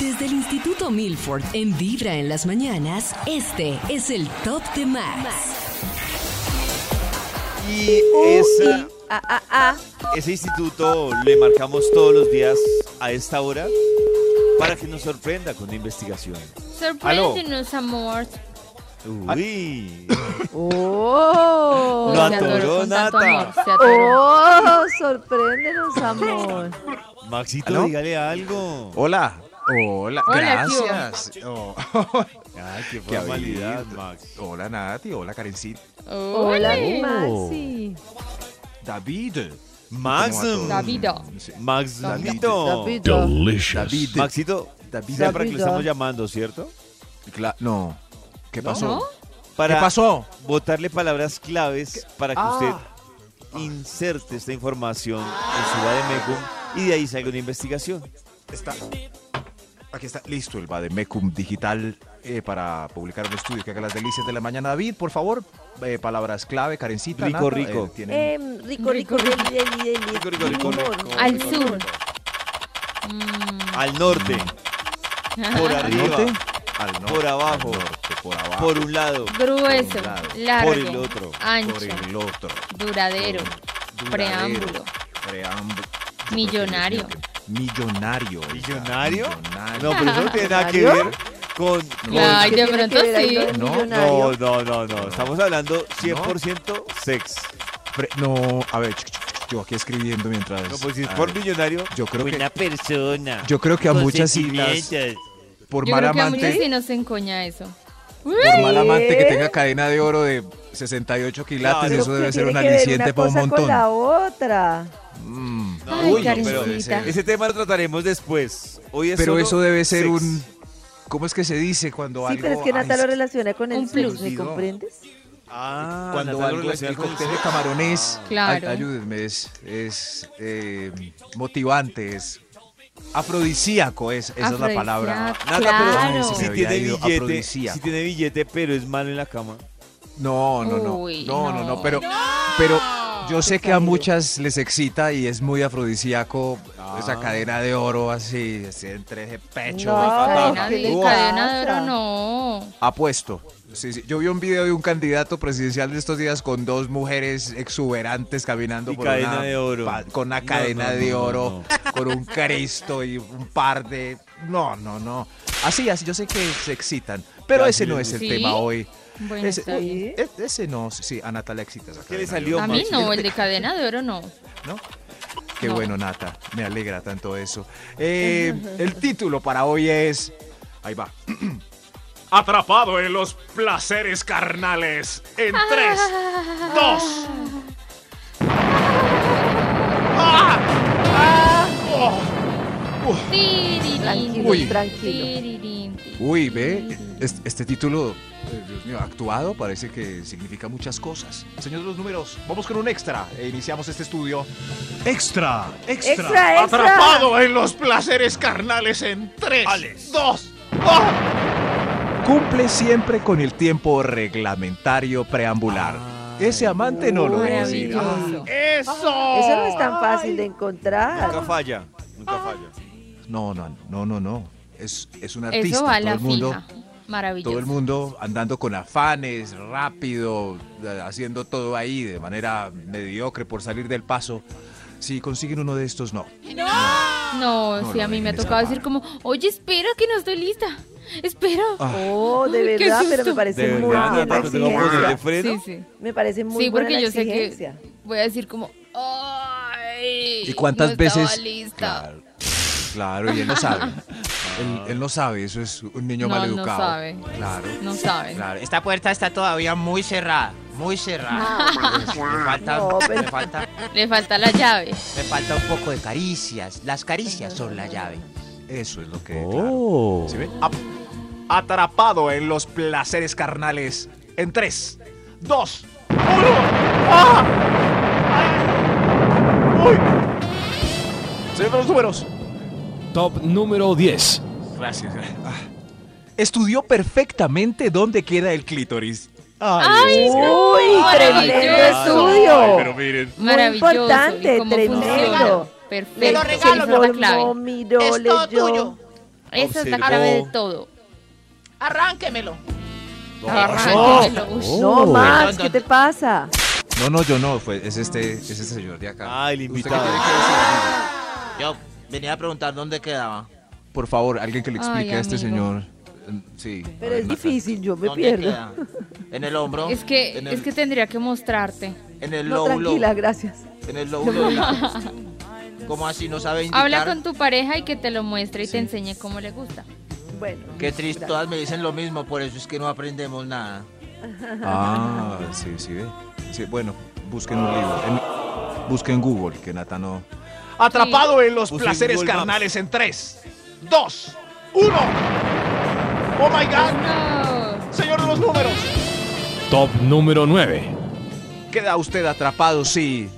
Desde el Instituto Milford en Vibra en las mañanas, este es el Top de Max. Y esa- ese instituto le marcamos todos los días a esta hora para que nos sorprenda con la investigación. Sorpréndenos, amor. Ah. Uy, ¡Oh! Lo Se atoró con tanto Nata. amor, se atoró. ¡Oh! ¡Sorpréndenos, amor! Maxito, ¿Aló? Oh, dígale algo. Hola. Hola. Hola, ¿qué hubo? Gracias. Oh, Ay, qué qué formalidad, amabilidad. Max. Hola, Nati. Hola, Karencita. oh, ¡Hola, Ole. Maxi! David. Max. mm, ¿Cómo va todo? Davido. Sí. Max, David. Maxito. David. Maxito, David. ¿sabe para qué le David. estamos llamando, cierto? Cla- no. ¿Qué pasó? ¿No? ¿Qué Para pasó? botarle palabras claves para que Ah. usted inserte esta información en su Bademecum y de ahí salga una investigación. Está. Aquí está listo el Bademecum digital eh, para publicar un estudio que haga las delicias de la mañana. David, por favor, eh, palabras clave, Karencita. Rico, Nata, rico. tienen- Eh, rico, rico, rico, rico, rico, rico, rico. Al sur. Al norte, por Mm. ¿Al arriba, norte? Al norte. por abajo, al norte, por abajo. por un lado, Grueso, Por un largo, por el otro, por ancho, el otro. duradero, Duradero, preámbulo. preámbulo. Yo Millonario. creo que es Millonario. oiga, ¿Millonario? millonario. No, pero eso no tiene nada que ver con... con- Ay, de pronto sí. No, no, No, no, no, no. Estamos hablando 100% sex. Pre- no, a ver, ch- ch- ch- yo aquí escribiendo mientras. No, pues si es a por ver, millonario, pues yo creo que, persona. yo creo que a con muchas sentimientos. siglas, por Yo mal creo que a muchos amante, sí nos encoña eso. por mal amante que tenga cadena de oro de 68 quilates, Claro. eso debe ser un aliciente para un con la montón. otra. Mm. No, Ay, uy, no, pero Karencita. ese tema lo trataremos después. Hoy es Pero solo eso debe ser sex. un. ¿Cómo es que se dice cuando Sí, algo. pero es que ay, Nata lo relaciona con el Un plus, plus. ¿me comprendes? Ah, cuando Natalia algo lo le hacía el con cóctel de sex. camarones. Claro. Ay- ayúdenme, es, es, eh, motivante, es afrodisíaco, es, esa es la palabra. Afrodisíaco, Nada, pero Claro. Ay, se si me tiene había ido billete, afrodisíaco. si tiene billete, pero es malo en la cama. No, no, no. Uy, no, no, no. no, pero, pero yo sé que a muchas les excita y es muy afrodisíaco Ah. esa cadena de oro así, así entre ese pecho. No, ta, ta, Cadena ta. ¿qué le de, Uh, pasa? cadena de oro no. Apuesto. Sí, sí. Yo vi un video de un candidato presidencial de estos días con dos mujeres exuberantes caminando Y por cadena una, de oro. pa- con una No, cadena no, no, de no, oro, con un Cristo y un par de... No, no, no. Así, así, yo sé que se excitan, pero Ya, ese sí no les es el gusta. tema ¿Sí? hoy. Bueno, Ese, está bien. e- ese no, sí, a Nata le excita esa ¿Qué le cadena salió, de A oro, mí Max? no, el de cadena de oro no. ¿no? Qué No. bueno, Nata, me alegra tanto eso. Eh, el título para hoy es... Ahí va. atrapado en los placeres carnales. En 3, 2. Tirirín, Tranquilo, Uy. tranquilo. tirirín, tirirín. Uy, ve, es- este título, eh, Dios mío, actuado parece que significa muchas cosas. Señor de los números, vamos con un extra e iniciamos este estudio. Extra, extra. Extra, extra. Atrapado en los placeres carnales. En 3, 2. Cumple siempre con el tiempo reglamentario preambular. Ese amante no lo necesita. Maravilloso. ¡Eso! Eso no es tan fácil de encontrar. Nunca falla, Ah, nunca falla. No, no, no, no, no. Es, es un artista. Eso va a todo la el mundo, fija. Maravilloso. todo el mundo andando con afanes, rápido, eh, haciendo todo ahí de manera mediocre por salir del paso. Si consiguen uno de estos, no. No, No sí, lo a mí me ha dejen tocado escapar. decir como, oye, espera que no estoy lista. Espera. Ah. Oh, de Ay, qué verdad, pero susto. me parece De muy verdad, buena Nata, la no tengamos exigencia. de freno. Sí, sí. Me parece muy sí, buena porque la yo sé que exigencia. voy a decir como, ay. ¿Y cuántas no estaba veces? lista. Claro, claro, y él no sabe. él, él no sabe, eso es un niño No, no maleducado. sabe. Claro. No saben. Claro. Esta puerta está todavía muy cerrada, muy cerrada. Me falta, No, pero- me falta- Le falta la llave. me falta un poco de caricias. Las caricias son la llave. Eso es lo que. claro. Oh. ¿Sí ven? Ap- Atrapado en los placeres carnales. en 3, 2, ¡Ah! Señor de los números. Top número 10. Gracias. Ah. Estudió perfectamente dónde queda el clítoris. ¡Ay! Uy, tremendo Maravilloso. estudio. miren. Muy Maravilloso. ¿y importante, cómo funciona? tremendo. Perfecto. Te lo regalo, Esa es la informó, clave. miró, Es todo leyó. tuyo. Esa es la Observó. clave de todo. Arránquemelo. Arránquemelo. Uy, No, Max, Perdón, ¿qué te pasa? Oh. No, no, yo no. Fue, es, este, es este señor de acá. Ah, el ¿Usted qué invitado. tiene que decir? Yo venía a preguntar dónde quedaba. Por favor, alguien que le explique Ay, a este amigo. señor. Mm, Sí. Pero A ver, es Nata. difícil, yo me ¿Dónde pierdo. queda? En el hombro. Es que, en el, es que tendría que mostrarte. en el No, lóbulo. tranquila, gracias. En el lóbulo. de la- ¿Cómo así no sabe indicar? Habla con tu pareja y que te lo muestre y te enseñe cómo le gusta. Bueno. Qué triste, gracias. todas me dicen lo mismo, por eso es que no aprendemos nada. Ah, sí, sí, ve. Sí, bueno, busquen un libro. en- busquen Google, que Nata no. Atrapado en los Puse placeres Google Maps. carnales en 3, 2, 1. Oh my god, No. señor de los números. Top número 9. Queda usted atrapado si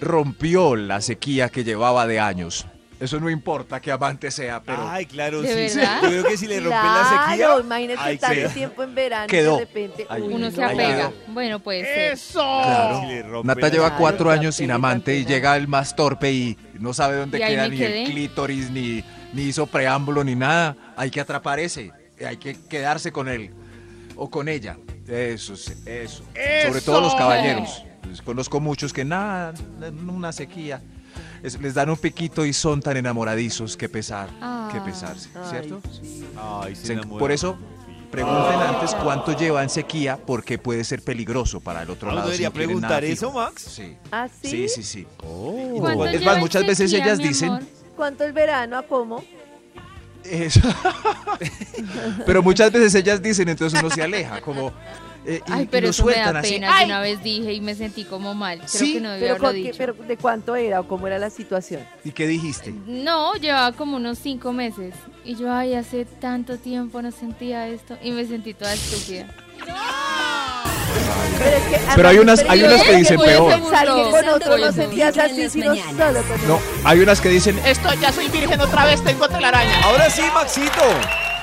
rompió la sequía que llevaba de años. Eso no importa que amante sea, pero Ay, claro, sí. ¿De sí. verdad? Yo creo que si le rompen la Claro, sequía. imagínate ahí tanto queda. tiempo en verano Quedó. y de repente. Ahí uy, Uno se no. Ahí apega. Bueno, puede ser. Eso. Si le rompen Nata la- lleva Claro, cuatro ya años sin pena, amante y pena. llega el más torpe y no sabe dónde Y ahí queda me ni quedé. el clítoris, ni, ni hizo preámbulo, ni nada. Hay que atrapar ese, hay que quedarse con él o con ella. Eso, es, eso. Sobre todo los caballeros. Pues, Conozco muchos que nada, en una sequía. Es- les dan un piquito y son tan enamoradizos que pesar, Ah. que pesarse, Ay, ¿cierto? Ay, se Se- enamora. por eso, pregunten antes cuánto lleva en sequía porque puede ser peligroso para el otro Ah, ¿no lado. si debería quieren nada preguntar fijo. eso, Max? Sí. ¿Ah, Sí, sí? sí, sí. ¿Cuánto Es lleva más, en muchas veces sequía, ellas mi dicen, amor? ¿Cuánto el verano? ¿A cómo? Eso. pero muchas veces ellas dicen, entonces uno se aleja, como... eh, y, Ay, y pero lo eso me da sueltan pena. así. Yo ¡Ay! una vez dije y me sentí como mal. Creo Sí, que no debía Pero, haberlo ¿con qué- dicho. pero ¿de cuánto era o cómo era la situación? ¿Y qué dijiste? No, llevaba como unos cinco meses. Y yo, ay, hace tanto tiempo no sentía esto. Y me sentí toda estúpida. Pero, es que, Pero hay además, unas- hay yo unas creo que dicen puede peor. pensar que con Regresando otro con no el sentías Vibra en así, las sino mañanas. solo con el- No, hay unas que dicen, Esto ya soy virgen otra vez, tengo telaraña. Ahora sí, Maxito.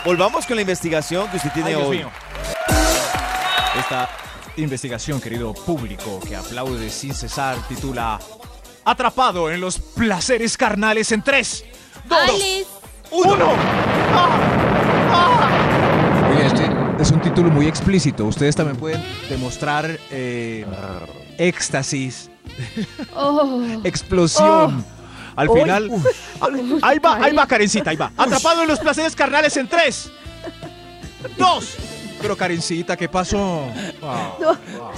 Volvamos con la investigación que usted tiene Ay, Dios hoy. mío. Esta investigación, querido público, que aplaude sin cesar, titula Atrapado en los placeres carnales en tres. Alex, Oye, este es un título muy explícito. Ustedes también pueden demostrar eh, éxtasis, oh, explosión. Al Ah. Uy. final, ah, Ahí va, ahí va, Karencita, ahí va. Atrapado en los placeres carnales en 3, 2. pero Karencita, ¿qué pasó?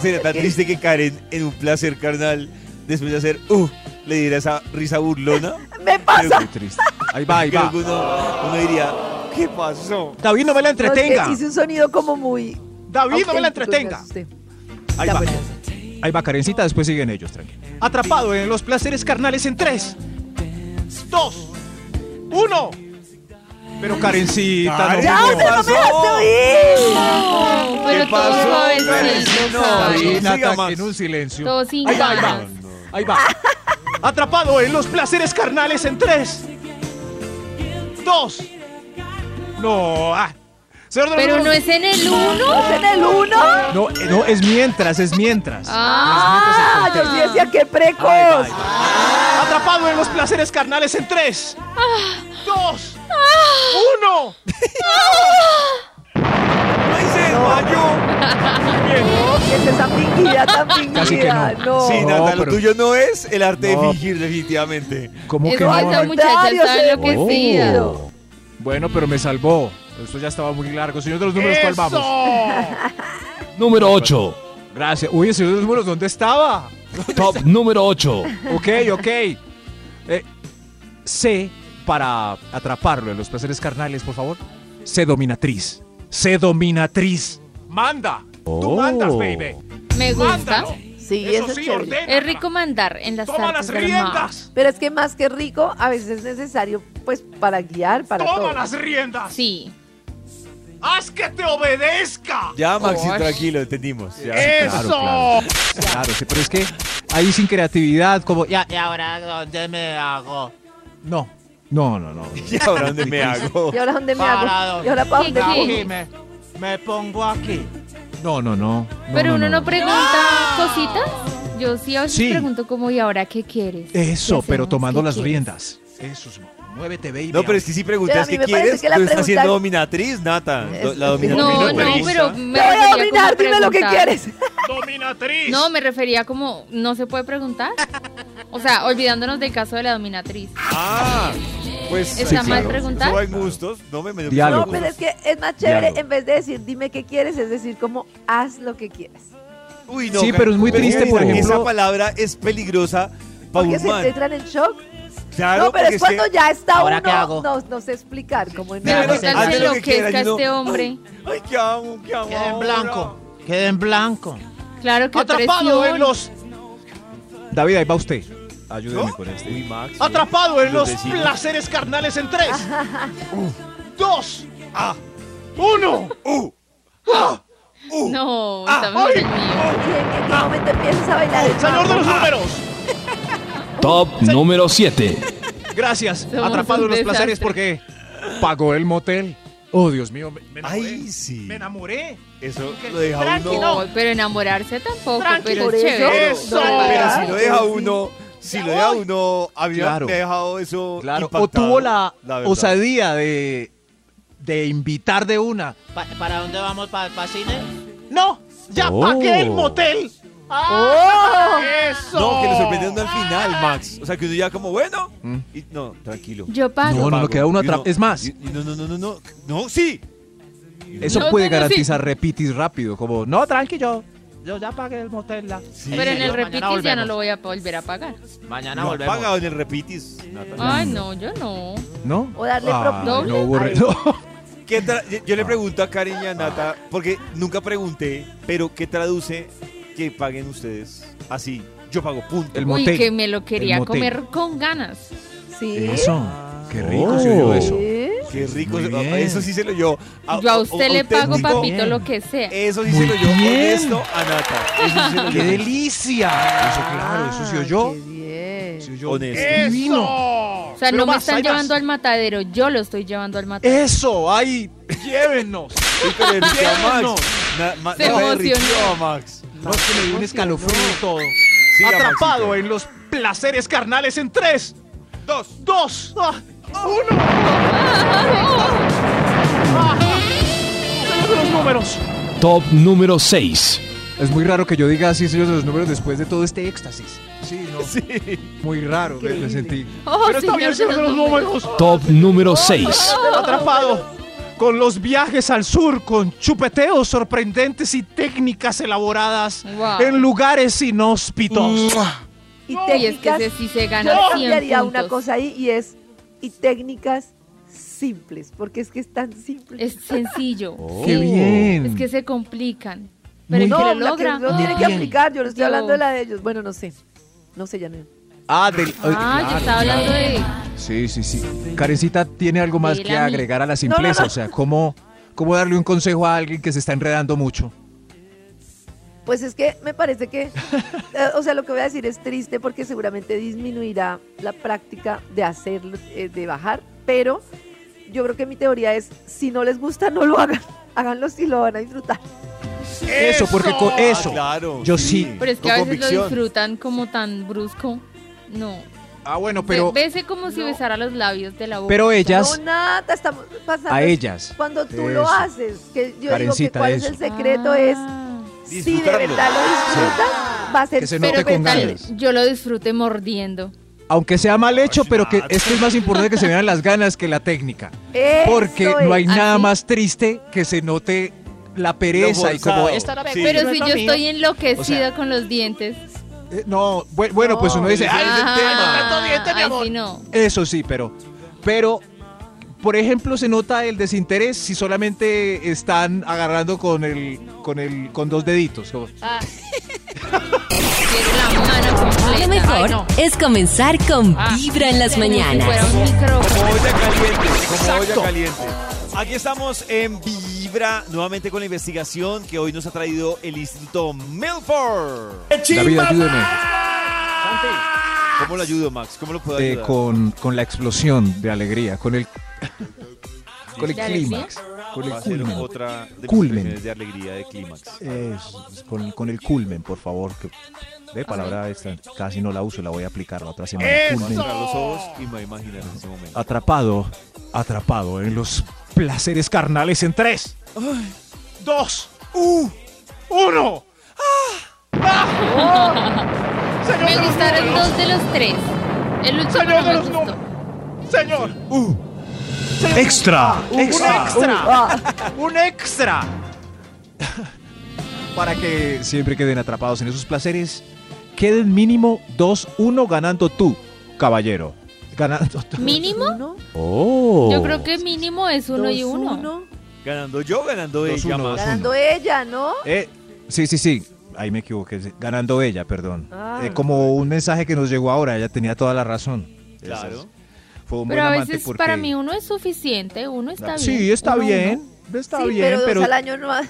Será tan triste que Karen, en un placer carnal, después de hacer uh, le diera esa risa burlona. ¡Me pasa! Qué triste. Ahí va, ahí Creo va. que uno, uno diría, ¿qué pasó? David, no me la No, es que hice un sonido como muy. David, no me la auténtico, entretenga. asusté. Ahí Ya, va. bueno. Ahí va Karencita, después siguen ellos, tranquilo. Atrapado en los placeres carnales en 3, 2, 1. Pero Karencita, Karen, no. ¡Ya, ¿qué usted no me pasó? dejaste oír! no, pero todo pasó? suavecito, No, ¿sabes? David. Ahí, Nata, Siga, Max. en un silencio. todo sin Ahí va, ahí va. ganas. Ahí va. Atrapado en los placeres carnales en 3, 2. No, ah. Señor de los Pero no números. es en el uno. ¿Es en el uno? No, eh, no, es mientras, es mientras. ¡Ah! Yo sí decía que precoz. Atrapado en los placeres carnales en 3, Ah. 2, 1. ¡Ay, se desmayó! No, ¿Qué es esa finquilla tan Casi que finquida? no. No. Sí, Nata, pero- lo tuyo no es el arte de No. fingir, definitivamente. ¿Cómo Es que que no? esa al muchacha contrario, está se- Oh. enloquecida. Bueno, pero me salvó. Esto ya estaba muy largo. Señor de los números, ¿cuál vamos? Número 8. Gracias. Uy, señor de los números, ¿dónde estaba? Top número 8. Ok, ok. Eh, C, para atraparlo en los placeres carnales, por favor. C dominatriz. C dominatriz. Manda. Oh. Tú mandas, baby. Me gusta. Mándalo. Sí, Eso eso es sí, chévere. ordena. Es rico mandar en las Toma artes las del mar. riendas. Pero es que más que rico, a veces es necesario, pues, para guiar, para Toma todo. las riendas. Sí. ¡Haz que te obedezca! Oh, Ya, Maxi, Osh. tranquilo, entendimos. ya. ¡Eso! Claro, sí, pero es que ahí sin creatividad, como. Ya, ¿Y ahora dónde me hago? no. No, no, no. ¿Y ahora dónde me hago? ¿Y ahora dónde me hago? Parado. ¿Y ahora para dónde Sí, me sí. Aquí me, me pongo aquí. No, no, no. Pero uno no pregunta cositas. Yo sí a veces Sí. pregunto como, ¿y ahora qué quieres? Eso, ¿Qué pero hacemos? tomando ¿Qué las quieres?". riendas. Eso es. Muévete, baby. No, pero es que si preguntas mí qué me parece quieres, que tú la estás pregunta- siendo dominatriz, Nata. Do- La No, dominatriz No, no, no, pregunta. pero Te me voy a refería como dominar, dime lo que preguntar. quieres. ¡Dominatriz! No, me refería como, ¿no se puede preguntar? O sea, olvidándonos del caso de la dominatriz. Ah, pues. ¿Está mal preguntar? No hay gustos. No me meto Diálogo. No, pero es que es más chévere, en vez de decir dime qué quieres, es decir como haz lo que quieres. Uy, Sí, pero es muy triste, por esa- Esa ejemplo- palabra es peligrosa para Porque un se man. entran en shock. Claro, no, pero porque es cuando que- ya está ¿Ahora uno. qué hago? No, no sé explicar. Como en Sí, Pero no, ¿qué sí, tal haz se lo que enloquezca quieras, yo no- este hombre? Ay, qué amo, qué amo. Queda en ahora. blanco. Queda en blanco. Claro que Atrapado en presión. los, David, ahí va usted. Ayúdeme ¿No? con este. Uy, Max. atrapado en los Los vecinos. placeres carnales en tres, dos, ah, uno. No, estamos en el mío. ¿Y en qué momento empiezas a bailar? el Señor de los Ah. mambo? números. Top número 7. Gracias. Somos atrapado en un los placeres porque desastre. Pagó el motel. Oh, Dios mío. me- me- Ay, sí. me enamoré. Eso lo deja Tranquilo. uno. No, pero enamorarse tampoco, Tranqui, pero por es eso. chévere. Eso. Pero si Ay, lo deja sí. uno, si lo deja uno, a mí Claro. me ha dejado eso. Claro. O impactado, tuvo la, verdad. osadía de, de invitar de una. Pa- ¿Para dónde vamos? ¿Para cine? No, ya Oh. pagué el motel. ¡Oh! Eso. No, que lo sorprenden al final, Max. O sea, que uno ya como, bueno. y- no, tranquilo. Yo pago. Mm. No, no, no, Pago. queda uno Y atrás. Es más, y- y no, no, no, no, no. No, sí. eso No, puede no, no, sí. garantizar repitis rápido. Como, no, tranquilo. Yo ya pagué el motel. la- Sí. Pero en el Mañana repitis ya no volvemos. lo voy a volver a pagar. Mañana No, volvemos. pagado en el repitis. Natalia. Ay, no, yo no. ¿No? O darle Ay, propina. No, hubo re- no. ¿Qué tra- yo- Ah. yo le pregunto a Karen y a Nata, porque nunca pregunté, pero ¿qué traduce que paguen ustedes así? Yo pago, punto. El Uy, motel. que me lo El quería motel. comer con ganas. Sí. Eso. Qué rico se oyó Oh. eso. Sí. Qué rico. Muy bien. Eso sí se lo yo. Yo a usted le Ah, auténtico. pago, Eh, papito, lo que sea. Eso sí Muy se lo yo bien. honesto a Nata. Eso sí se lo ¡Qué yo. delicia! Eso, claro, eso se oyó. Qué bien. Se oyó Honesto. divino. O sea, Pero no me más, están hay más. llevando al matadero, yo lo estoy llevando al matadero. Eso, ahí, llévenos. Sí, pero derritió a Max. Na- Ma- Se Nata derritió emocionó. a Max. No, es que me dio un escalofrío y todo. Sí, a Atrapado Maxito. en los placeres carnales en tres, Dos. dos, ah, uno. Ah, Señor de los números. Top número 6. Es muy raro que yo diga así señores, los números después de todo este éxtasis. Sí, no. Muy raro, me, me sentí. Oh, Pero está señor bien, de Pues señor de los números. Top número 6. Atrapado con los viajes al sur, con chupeteos sorprendentes y técnicas elaboradas Wow. en lugares inhóspitos. Y Y es que técnicas. ese sí se gana yo 100 cambiaría puntos. una cosa ahí y es y técnicas simples, porque es que es tan simple. Es sencillo. Oh, ¡Qué bien! Es que se complican. Pero Muy el que no, lo la que logra. lo tiene que aplicar, yo no estoy Yo- hablando de la de ellos. Bueno, no sé. No sé, ya no. Ah, del. ay, Ah, yo claro, estaba hablando claro. de. Sí, sí, sí. Carecita tiene algo más Dile que a mí. agregar a la simpleza. no. O sea, ¿cómo, ¿cómo darle un consejo a alguien que se está enredando mucho? Pues es que me parece que, eh, o sea, lo que voy a decir es triste porque seguramente disminuirá la práctica de hacerlo, eh, de bajar, pero yo creo que mi teoría es, si no les gusta, no lo hagan, háganlo si lo van a disfrutar. Eso, porque con Ah, eso. claro. Yo sí. Pero es que Con a veces lo convicción. disfrutan como tan brusco. No. Ah, bueno, Pero, pero, Bese como si besara los labios de la boca. pero ellas. No, nada, estamos pasando. A ellas. Cuando tú Eso. lo haces, que yo digo que Karencita, cuál es eso. el secreto Ah. es, si de Disfrutarlo. verdad lo disfrutas, va a ser Que se pero- note Pero qué con tal, ganas. yo lo disfruté mordiendo. Aunque sea mal hecho, pero que es que es más importante que se vean las ganas que la técnica. Eso Porque es. no hay nada Así. más triste que se note la pereza y forzado. como esta. Sí. Pero si yo estoy enloquecida O sea, con los dientes. eh, no, bu- bueno, pues uno dice, "Ay, ah, tanto diente, mi ay, amor". sí, no. eso sí, pero, pero, por ejemplo, se nota el desinterés si solamente están agarrando con el, con el, con dos deditos. como- Quiero la mano Lo completa. mejor Ay, no. es comenzar con Ah, Vibra en las como si mañanas. fuera un micrófono. Como olla caliente. Como olla Exacto. caliente. Aquí estamos en Vibra vibra nuevamente con la investigación que hoy nos ha traído el Instituto Milford. David, ayúdeme. ¿Cómo lo ayudo, Max? ¿Cómo lo puedo Eh, ayudar? con, con la explosión de alegría, con el, con el ¿De alegría? clímax, con Va el a ser culmen. otra de mis Culmen. canciones de alegría de clímax. Eso, pues, con, con el culmen, por favor. Que, de palabra esta, casi no la uso, la voy a aplicar la otra semana. Culmen. Cerrar los ojos y me imaginar en ese momento. Ah. Atrapado, atrapado en los placeres carnales en tres. dos, uh, uno. ¡Ah! ¡Ah! Señor Me de los gustaron números, dos de los tres. El último Señor no de me los gustó. números. Señor, ¡Extra! E- un extra. ah, un extra. Para que siempre queden atrapados en esos placeres, queden mínimo 2-1 ganando tú, caballero. Ganando tú. ¿Mínimo? Uno, ¡Oh! Yo creo que mínimo es uno dos, y uno. Ganando yo, ganando Dos, ella uno, más. dos, Ganando ella, ¿no? Eh, sí, sí, sí. Ahí me equivoqué. sí, Ganando ella, perdón. Ah. Eh, como un mensaje que nos llegó ahora, ella tenía toda la razón. Claro. Esas- Fue un Pero buen a amante veces porque- para mí uno es suficiente, uno está bien. Sí, está uno, bien. uno. Está sí, bien, pero dos pero, al año no. ha-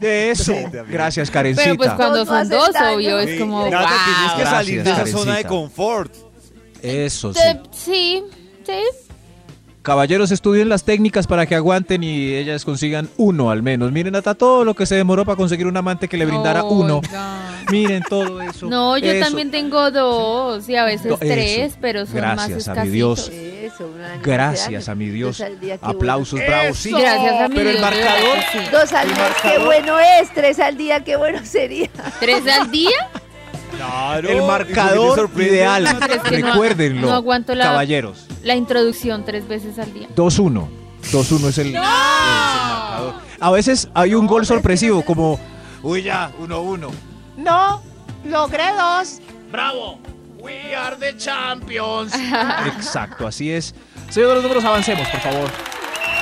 de eso. Gracias, Karencita. Pero pues cuando Dos no son hacen dos, daño. obvio, es Sí, como wow. Eh, Nata, tienes que salir de esa Gracias, zona de Karencita. confort. Eso sí. Te- Sí, sí. Caballeros, estudien las técnicas para que aguanten y ellas consigan uno al menos. Miren hasta todo lo que se demoró para conseguir un amante que le brindara uno. Oiga. Miren todo eso. No, yo eso. también tengo dos y a veces No, eso. tres, pero son más Gracias, escasitos. a mi Dios. Eso, un año. Gracias quince a años. mi Dios. Dos al día, qué Aplausos, bravos. Sí. Gracias a mi Pero el Dios, de verdad marcador, que sí. bueno. Dos al mes, qué bueno es. Tres al día, qué bueno sería. ¿Tres al día? Claro. el marcador ideal. Pero es que no- Recuérdenlo. no aguanto la- Caballeros, La introducción tres veces al día. 2-1. 2-1 es el, es el marcador. A veces hay un gol sorpresivo como... Uy, ya, 1-1. No, logré dos. Bravo. We are the champions. Exacto, así es. Señor de los números, avancemos, por favor.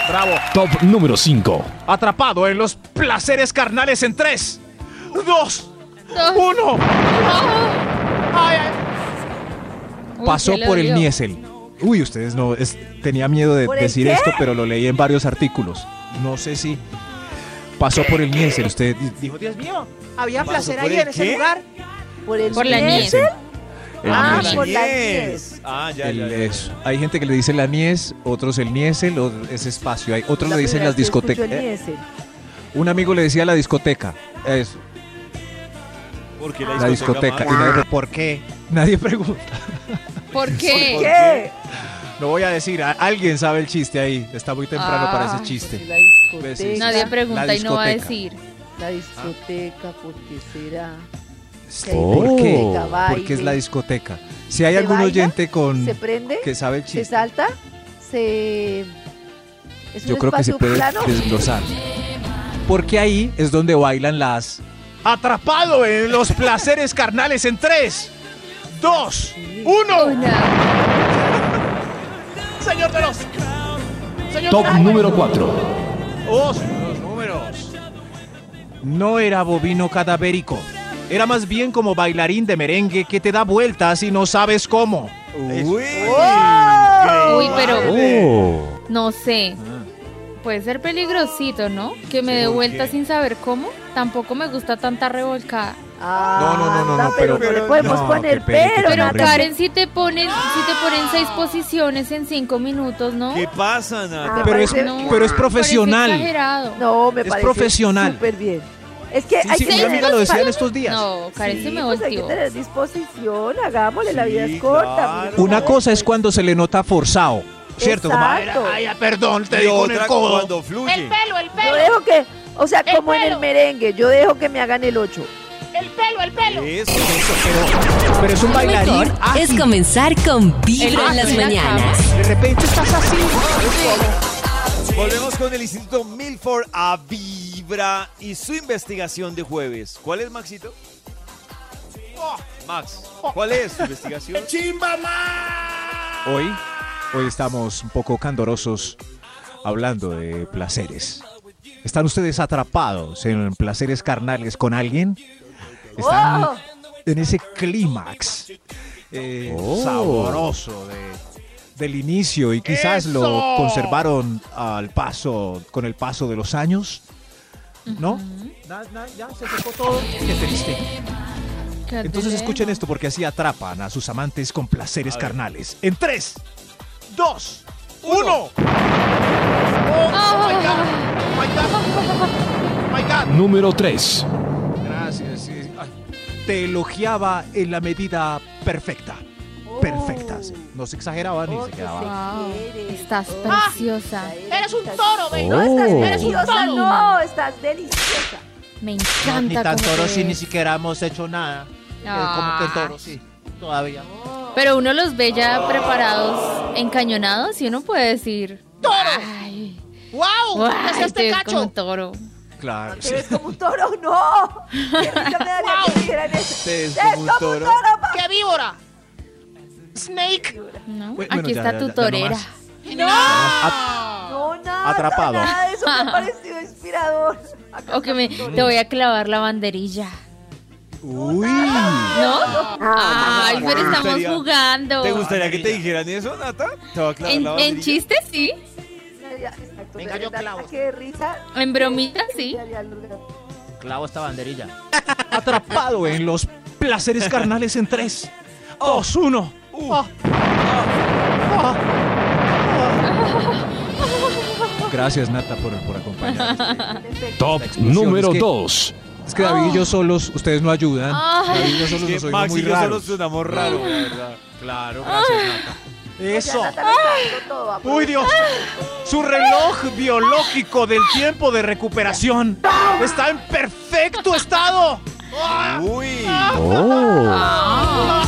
Bravo. Top número 5. Atrapado en los placeres carnales en tres, dos, uno. Ay, ay. Uy, Pasó ¿qué le por el dolió? Niesel. Uy, ustedes no. es- tenía miedo de ¿Por el decir qué? esto, pero lo leí en varios artículos. No sé si pasó por el Niesel. Usted di- dijo Dios mío, había placer por ahí el en ese qué? lugar. Por el Por la bien. nieve. Niesel. El Ah, Niesel. por la Yes. Ah, ya, El- ya, ya, eso. Hay gente que le dice la Nies, otros el Niesel, o ese espacio. Hay otros le dicen las discotecas. Eh, Un amigo le decía la discoteca. Eso, Porque Ah, la discoteca. Y nadie- ¿Por qué? Nadie pregunta. ¿Por qué? ¿Qué? Lo voy a decir, a- alguien sabe el chiste ahí. Está muy temprano Ah, para ese Ay, chiste. La discoteca. Besos. Nadie pregunta y no va a discoteca. decir. La discoteca, ¿por qué será? ¿Por qué? Discoteca, baile. Porque es la discoteca. Si hay ¿Se algún baila? oyente con ¿Se prende? que sabe el ¿Se chiste, salta? ¿Se.? ¿Es un yo creo que se espacio puede plano? desglosar. Porque ahí es donde bailan las Atrapado en los placeres carnales en tres, dos, uno. Una. Señor de los. Señor Top de los- número 4. Dos, los números. No era bovino cadavérico. Era más bien como bailarín de merengue que te da vueltas y no sabes cómo. Uy. Uy, pero ¡Oh! no sé. Ah. Puede ser peligrosito, ¿no? Que me dé vuelta sin saber cómo. Tampoco me gusta tanta revolcada. Ah, No, no, no, no, no, anda, pero, pero- no le podemos no, poner qué peli, qué pero. Pero Nata, horrible. Karen, si te ponen, si te ponen seis posiciones en cinco minutos, ¿no? ¿Qué pasa, Ah. Nata? Pero es, No. pero es Parece profesional. exagerado. No, me Es parece profesional. Súper bien. Es que Sí, hay sí, que una tener amiga lo decía en dispa- estos días. No, Karen se Sí, me pues hay que volteó. tener disposición, hagámosle, la Sí, vida es corta. claro. mira, Una ¿no? cosa es cuando se le nota forzado, ¿cierto? Como, "Ay, Exacto. Ay, ay, perdón, te y digo en el otra codo. cuando El fluye. pelo, el Yo pelo, dejo que, o sea, El como en el pelo. merengue, yo dejo que me hagan el 8. el pelo, el pelo. Eso. Pero es un Lo bailarín mejor Ah, es ágil. comenzar con Vibra en ágil las en la mañanas. De repente estás así. Volvemos con el Instituto Milford a Vibra y su investigación de jueves. ¿Cuál es, Maxito? Max, ¿cuál es su investigación? Hoy, hoy estamos un poco candorosos hablando de placeres. ¿Están ustedes atrapados en placeres carnales con alguien? ¿Están en ese clímax eh, saboroso de, del inicio y quizás ¡Eso! lo conservaron al paso, con el paso de los años. ¿No? Na- na- ya se secó todo. Qué triste. Entonces escuchen esto porque así atrapan a sus amantes con placeres carnales. En 3, 2, 1. Ah, Número 3. Gracias. sí. Ay, Te elogiaba en la medida perfecta. Oh. Perfecta. sí. No se exageraba ni se quedaba. Wow, ah, estás preciosa. Eres un toro, baby. No, estás Oh. deliciosa, no, estás deliciosa. Me No, encanta. ni tan cómo toro te si ni ves. siquiera hemos hecho nada. Eh, Como que Ah. toro, sí. Todavía. Pero uno los ve ya preparados, encañonados, y uno puede decir. ¡Toro! Ay, ¡Wow! ay, ¡Es te este ves como cacho! un toro. Claro. Te ves como un toro, no. Qué risa me daría que dijeran eso. Te ves Te ves como un como un toro. toro, papá. ¡Qué víbora! ¡Snake! ¿no? Bueno, Aquí ya, está ya, tu ya, ya no torera. más. ¡No! No, nada. Atrapado. Nada de eso me ha parecido inspirador. Acá o que me, te voy a clavar la banderilla. Uy. ¿No? Ay, pero ¿Te estamos gustaría- jugando. ¿Te gustaría que te dijeran eso, Nata? Te va a clavar En, la en banderilla. chistes, sí. está, Exacto, Venga, de yo verdad, clavo. Qué risa. En bromita, sí. me daría el lugar. Clavo esta banderilla. Atrapado en los placeres carnales en 3, 2, 1. Oh. Gracias, Nata, por, por acompañarnos. Top explosión, número es que- 2. Es que David y yo solos, ustedes no ayudan. Ay. David y yo Es solos nos que oímos Max muy y yo solo raros. sonamos raro, la verdad. Claro, Eso. Ya Nata lo está dando todo, va, ¡Uy, Dios! Su reloj biológico del tiempo de recuperación está en perfecto estado. Uy. Oh.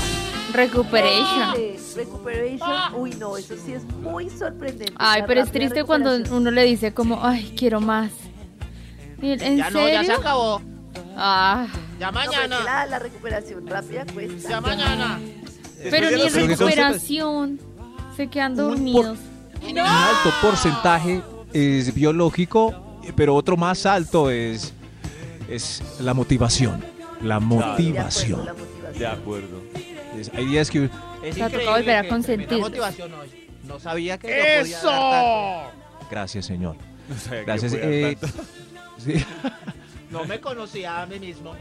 Recuperation. Eh, Recuperation. Uy, no, eso sí es muy sorprendente. Ay, La pero es rápida triste cuando recuperación. uno le dice como, ay, quiero más. Y él, ¿En Ya no, serio? ya se acabó. Ah, Ya No, pero es que mañana. la, la recuperación rápida cuesta. Ya mañana. pero ni Pero entonces- recuperación. Se quedan dormidos. Un alto porcentaje es biológico, pero otro más alto es, es la motivación. La De acuerdo, motivación. la motivación. De acuerdo. Es- hay días que Te Es ha tocado increíble volver a que consentirlos. terminé motivación hoy. No sabía que yo podía dar tanto. ¡Eso! Gracias, señor. No sabía que Gracias. fuera eh, tanto. sí. No me conocía a mí mismo.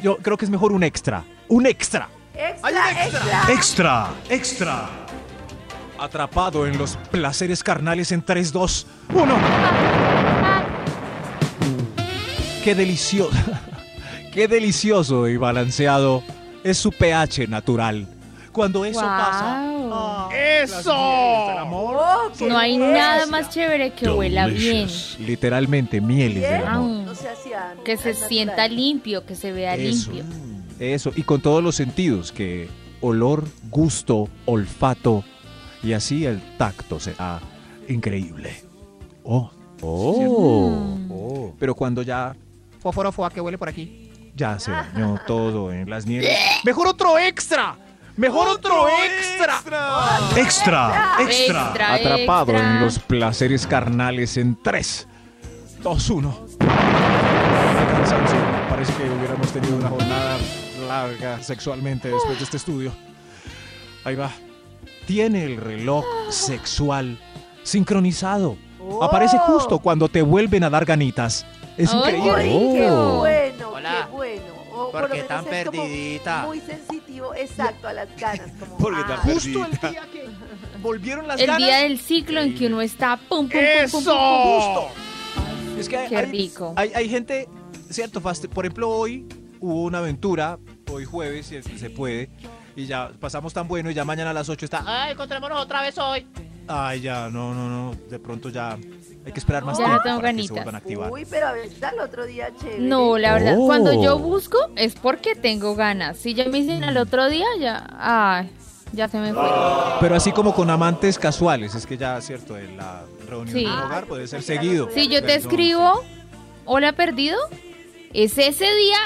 Yo creo que es mejor un extra. Un extra. Extra, extra. Extra. Extra. Atrapado en los placeres carnales en 3, 2, 1. Qué delicioso. Qué delicioso y balanceado es su pH natural. Cuando eso Wow. pasa. ah, ¡Eso! Oh, qué no hay bueno. nada más chévere que huela bien. Delicious. Literalmente mieles del Bien. amor. Aún. No se hacía Que se natural. sienta limpio, que se vea Eso. limpio. Eso, y con todos los sentidos, que olor, gusto, olfato, y así el tacto será increíble. Oh, pero cuando ya, Fósforo foa que huele por aquí. ¡Eh! ya se dañó todo en las nieves. Mejor otro extra. Mejor otro, extra. ¡Extra! Extra, extra. Atrapado en los placeres carnales en 3, 2, 1. Parece que hubiéramos tenido una jornada larga sexualmente después de este estudio. Ahí va. Tiene el reloj sexual sincronizado. Aparece justo cuando te vuelven a dar ganitas. Es Ay, increíble. Uy, qué Oh. bueno, Hola. qué bueno. O ¿Por por lo qué menos tan es como perdidita? Muy sensitivo, exacto, a las ganas. Como, ¿Por qué ah, tan Justo el perdida? día que volvieron las El ganas. día del ciclo en que uno está pum, pum, pum, pum, pum, pum, ¡Eso! Es que hay- Qué hay- rico. Hay, hay gente, cierto, fast- por ejemplo, hoy hubo una aventura, hoy jueves, si es que se puede, y ya pasamos tan bueno y ya mañana a las 8 está, Ay, encontrémonos otra vez hoy. ay, ya, no, no, no, de pronto ya hay que esperar más Ya no tiempo tengo para que se ganitas. vuelvan a activar. Uy, pero a veces al otro día chévere. No, la verdad, Oh. cuando yo busco es porque tengo ganas. Si ya me dicen al otro día, ya, ay, ya se me fue. Ah. Pero así como con amantes casuales, es que ya, cierto, en la reunión Sí. en un hogar puede ser seguido. Si yo te Entonces, escribo, hola perdido, es ese día,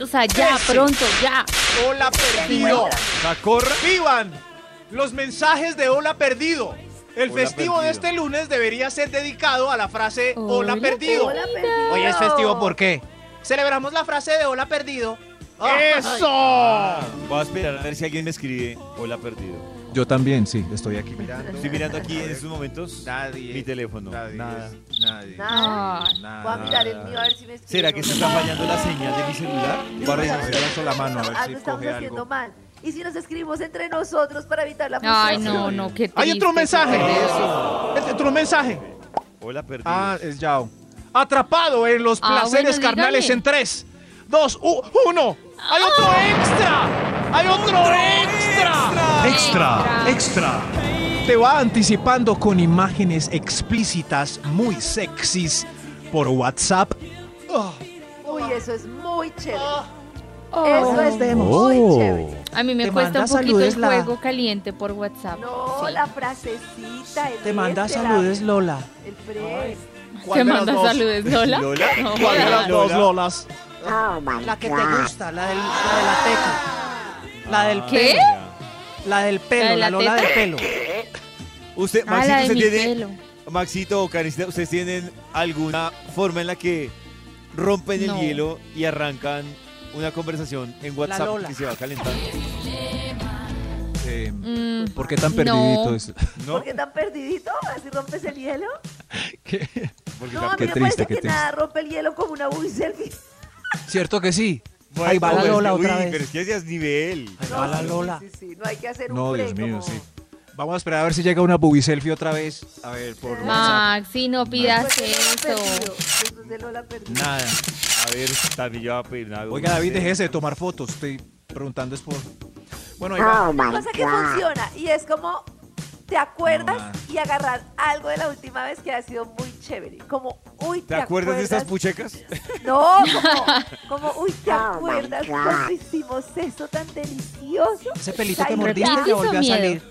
o sea, ya, pronto, ya. ¡Hola perdido! Cacorra. ¡Vivan los mensajes de Hola Perdido! El Hola festivo de Perdido. este lunes debería ser dedicado a la frase Hola, Hola perdido. Hola, perdido. Hoy es festivo, ¿por qué? Celebramos la frase de hola perdido. Ah, ¡Eso! Voy a esperar a ver si alguien me escribe. Hola, perdido. Yo también, sí, estoy aquí mirando. Estoy mirando aquí en estos momentos Nadie. mi teléfono. Nadie. Nada. Nadie. Nada. Voy a mirar el mío a ver si me escribe. ¿Será que se está fallando la señal de mi celular? Voy a revisar eso la mano a ver Algo si Ah, estamos coge haciendo algo. mal. ¿Y si nos escribimos entre nosotros para evitar la Ay, frustración? no, no, qué triste. Hay otro mensaje. Eso. Este Otro mensaje. Hola, perdido. Ah, es Yao. Atrapado en los Ah, placeres bueno, carnales dígame. en 3, 2, 1. ¡Hay otro extra! ¡Hay otro, extra! Extra, extra. Te va anticipando con imágenes explícitas muy sexys por WhatsApp. Ah, Uy, eso es muy chévere. Oh. Eso es muy chévere. A mí me Te cuesta un manda poquito saludes el la- juego caliente por WhatsApp. No, Sí. la frasecita. El este, la- Lola. El pre. ¿Te manda saludes, Lola? ¿Lola? No, ¿Cuál de jodas. las dos Lolas? La que te gusta, la, del, la de la teca. La del ¿Qué? La del pelo, ¿La de la la Lola teta? del pelo. Usted, Ah, la Maxito, de usted mi tiene, pelo. Maxito o Karencita, ¿ustedes tienen alguna forma en la que rompen el No. hielo y arrancan una conversación en WhatsApp Lola. que se va calentando? Eh, Mm, ¿Por qué tan perdidito No. es? ¿No? ¿Por qué tan perdidito? ¿Así rompes el hielo? ¿Qué? Porque No, la- a mí Qué me triste, parece qué que triste. nada rompe el hielo como una booby selfie. ¿Cierto que sí? Bueno, Ahí va la pero es que- Lola otra uy, vez. Pero es que ese es nivel. Ahí No, va la sí, Lola. Sí, sí, sí, no hay que hacer un No, pre Dios mío, como- sí. Vamos a esperar a ver si llega una booby selfie otra vez. A ver, por pues, Ah. WhatsApp. Maxi, no Pues pidas de Lola perdido, eso. pues de Lola perdido. Nada. A ver, también yo voy a pedir una Oiga, David, déjese de tomar fotos. Estoy preguntando es por... Bueno, ahí va. Una cosa que funciona y es como te acuerdas No, nada. y agarrar algo de la última vez que ha sido muy chévere. Como, uy, ¿Te acuerdas de estas puchecas? No, como, como, uy, ¿te acuerdas cuando hicimos eso tan delicioso? Ese pelito que Ay, mordiste ¿verdad? que volvió a Hizo salir.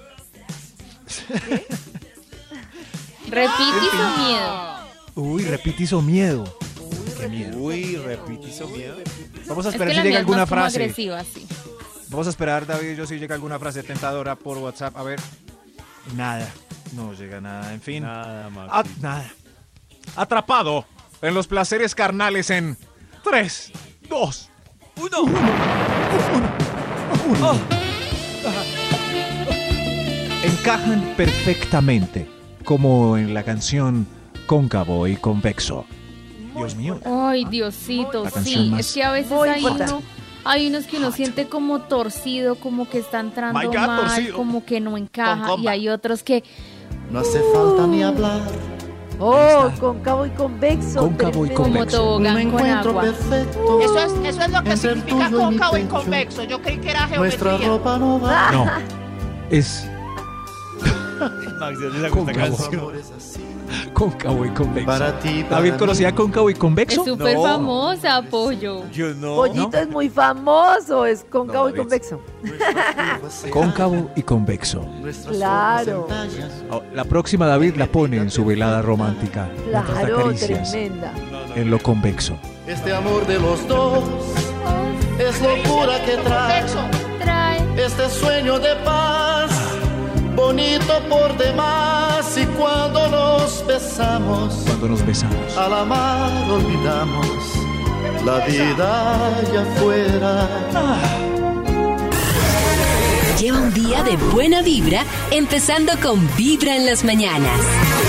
Repite su miedo. Uy, repite hizo miedo. Qué miedo. Uy, repite eso miedo. Vamos a Es que la esperar pues, si llega mía es alguna más como frase. agresiva, sí. Vamos a esperar, David, yo si llega alguna frase tentadora por WhatsApp. A ver. Nada. No llega nada. En fin. Nada, Maxito. Ah, nada. Atrapado en los placeres carnales en 3, 2, Encajan perfectamente, como en la canción Cóncavo y Convexo. Dios mío. Ay, Diosito, La canción sí. más- Es que a veces Muy hay importante. uno. Hay unos que uno siente como torcido, como que está entrando My God, mal, torcido. como que no Con encaja. comba. Y hay otros que. No hace falta ni hablar. Oh, cóncavo y convexo. Cóncavo y tremendo. Como Convexo. tobogán con agua. perfecto. Eso es, eso es lo que Es el significa tuyo y mi cóncavo y pecho. convexo. Yo creí que era geometría. ropa no va. No. Es Max, ya les hago esta Cóncavo. canción. cóncavo y convexo. Para ti, para David mí. conocía cóncavo y Es convexo. súper No. famosa, pollo. Yo no. Pollito es muy famoso, es cóncavo y David. convexo. Cóncavo y convexo. Claro. Oh, La próxima David la pone en su velada romántica. mientras la Claro, acaricias tremenda. En lo convexo. Este amor de los dos es locura que trae. Convexo. Trae. Este sueño de paz, bonito por demás. Y cuando nos besamos, Cuando nos besamos. al amar olvidamos la vida allá afuera. Lleva un día de buena vibra, empezando con Vibra en las mañanas.